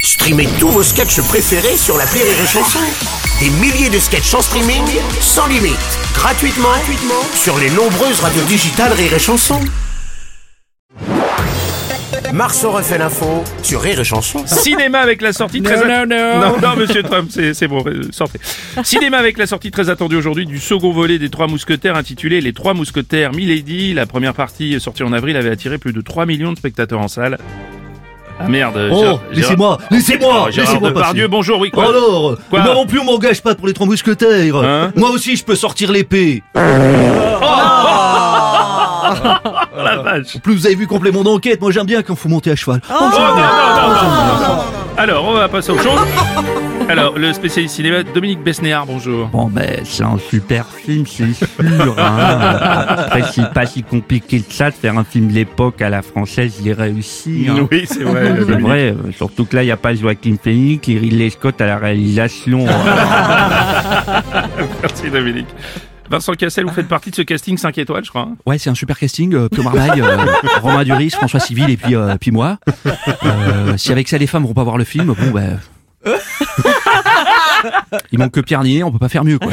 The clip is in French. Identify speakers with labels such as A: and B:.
A: Streamez tous vos sketchs préférés sur la Rire et Chanson. Des milliers de sketchs en streaming, sans limite, gratuitement, gratuitement sur les nombreuses radios digitales Rire et Chanson. Marceau refait l'info sur Rire et Chanson.
B: Cinéma avec la sortie très
C: Non,
B: at-
C: non, non.
B: non non, Monsieur Trump c'est c'est bon euh, sortez. Cinéma avec la sortie très attendue aujourd'hui du second volet des Trois Mousquetaires intitulé Les Trois Mousquetaires Milady. La première partie sortie en avril avait attiré plus de 3 millions de spectateurs en salle. Ah merde.
D: Oh,
B: Gérard- Oh,
D: laissez-moi, laissez-moi,
B: Gérard
D: laissez-moi
B: Depardieu,
D: passer.
B: bonjour, oui, quoi
D: Alors,
B: Quoi
D: moi Oh non plus on m'engage pas pour les trois mousquetaires.
B: Hein
D: moi aussi je peux sortir l'épée.
B: Oh la vache.
D: En plus vous avez vu complément d'enquête, moi j'aime bien quand faut monter à cheval.
B: Oh, non, non, non, non, non. Alors, on va passer à autre chose. Alors, le spécialiste cinéma, Dominique Besnéard, bonjour.
E: Bon ben c'est un super film, c'est sûr. Hein. Après c'est pas si compliqué que ça de faire un film de l'époque à la française, il est réussi. hein.
B: Oui, c'est vrai.
E: C'est
B: Dominique.
E: vrai, euh, surtout que là, il n'y a pas Joaquin Phoenix et Ridley Scott à la réalisation. hein.
B: Merci Dominique. Vincent Cassel, vous faites partie de ce casting 5 étoiles, je crois. hein
C: Ouais, c'est un super casting. Euh, Pio Marmaille, euh, Romain Duris, François Civil et puis, euh, puis moi. Euh, si avec ça les femmes vont pas voir le film, bon bah. Il manque que Pierre Ninet, on peut pas faire mieux quoi.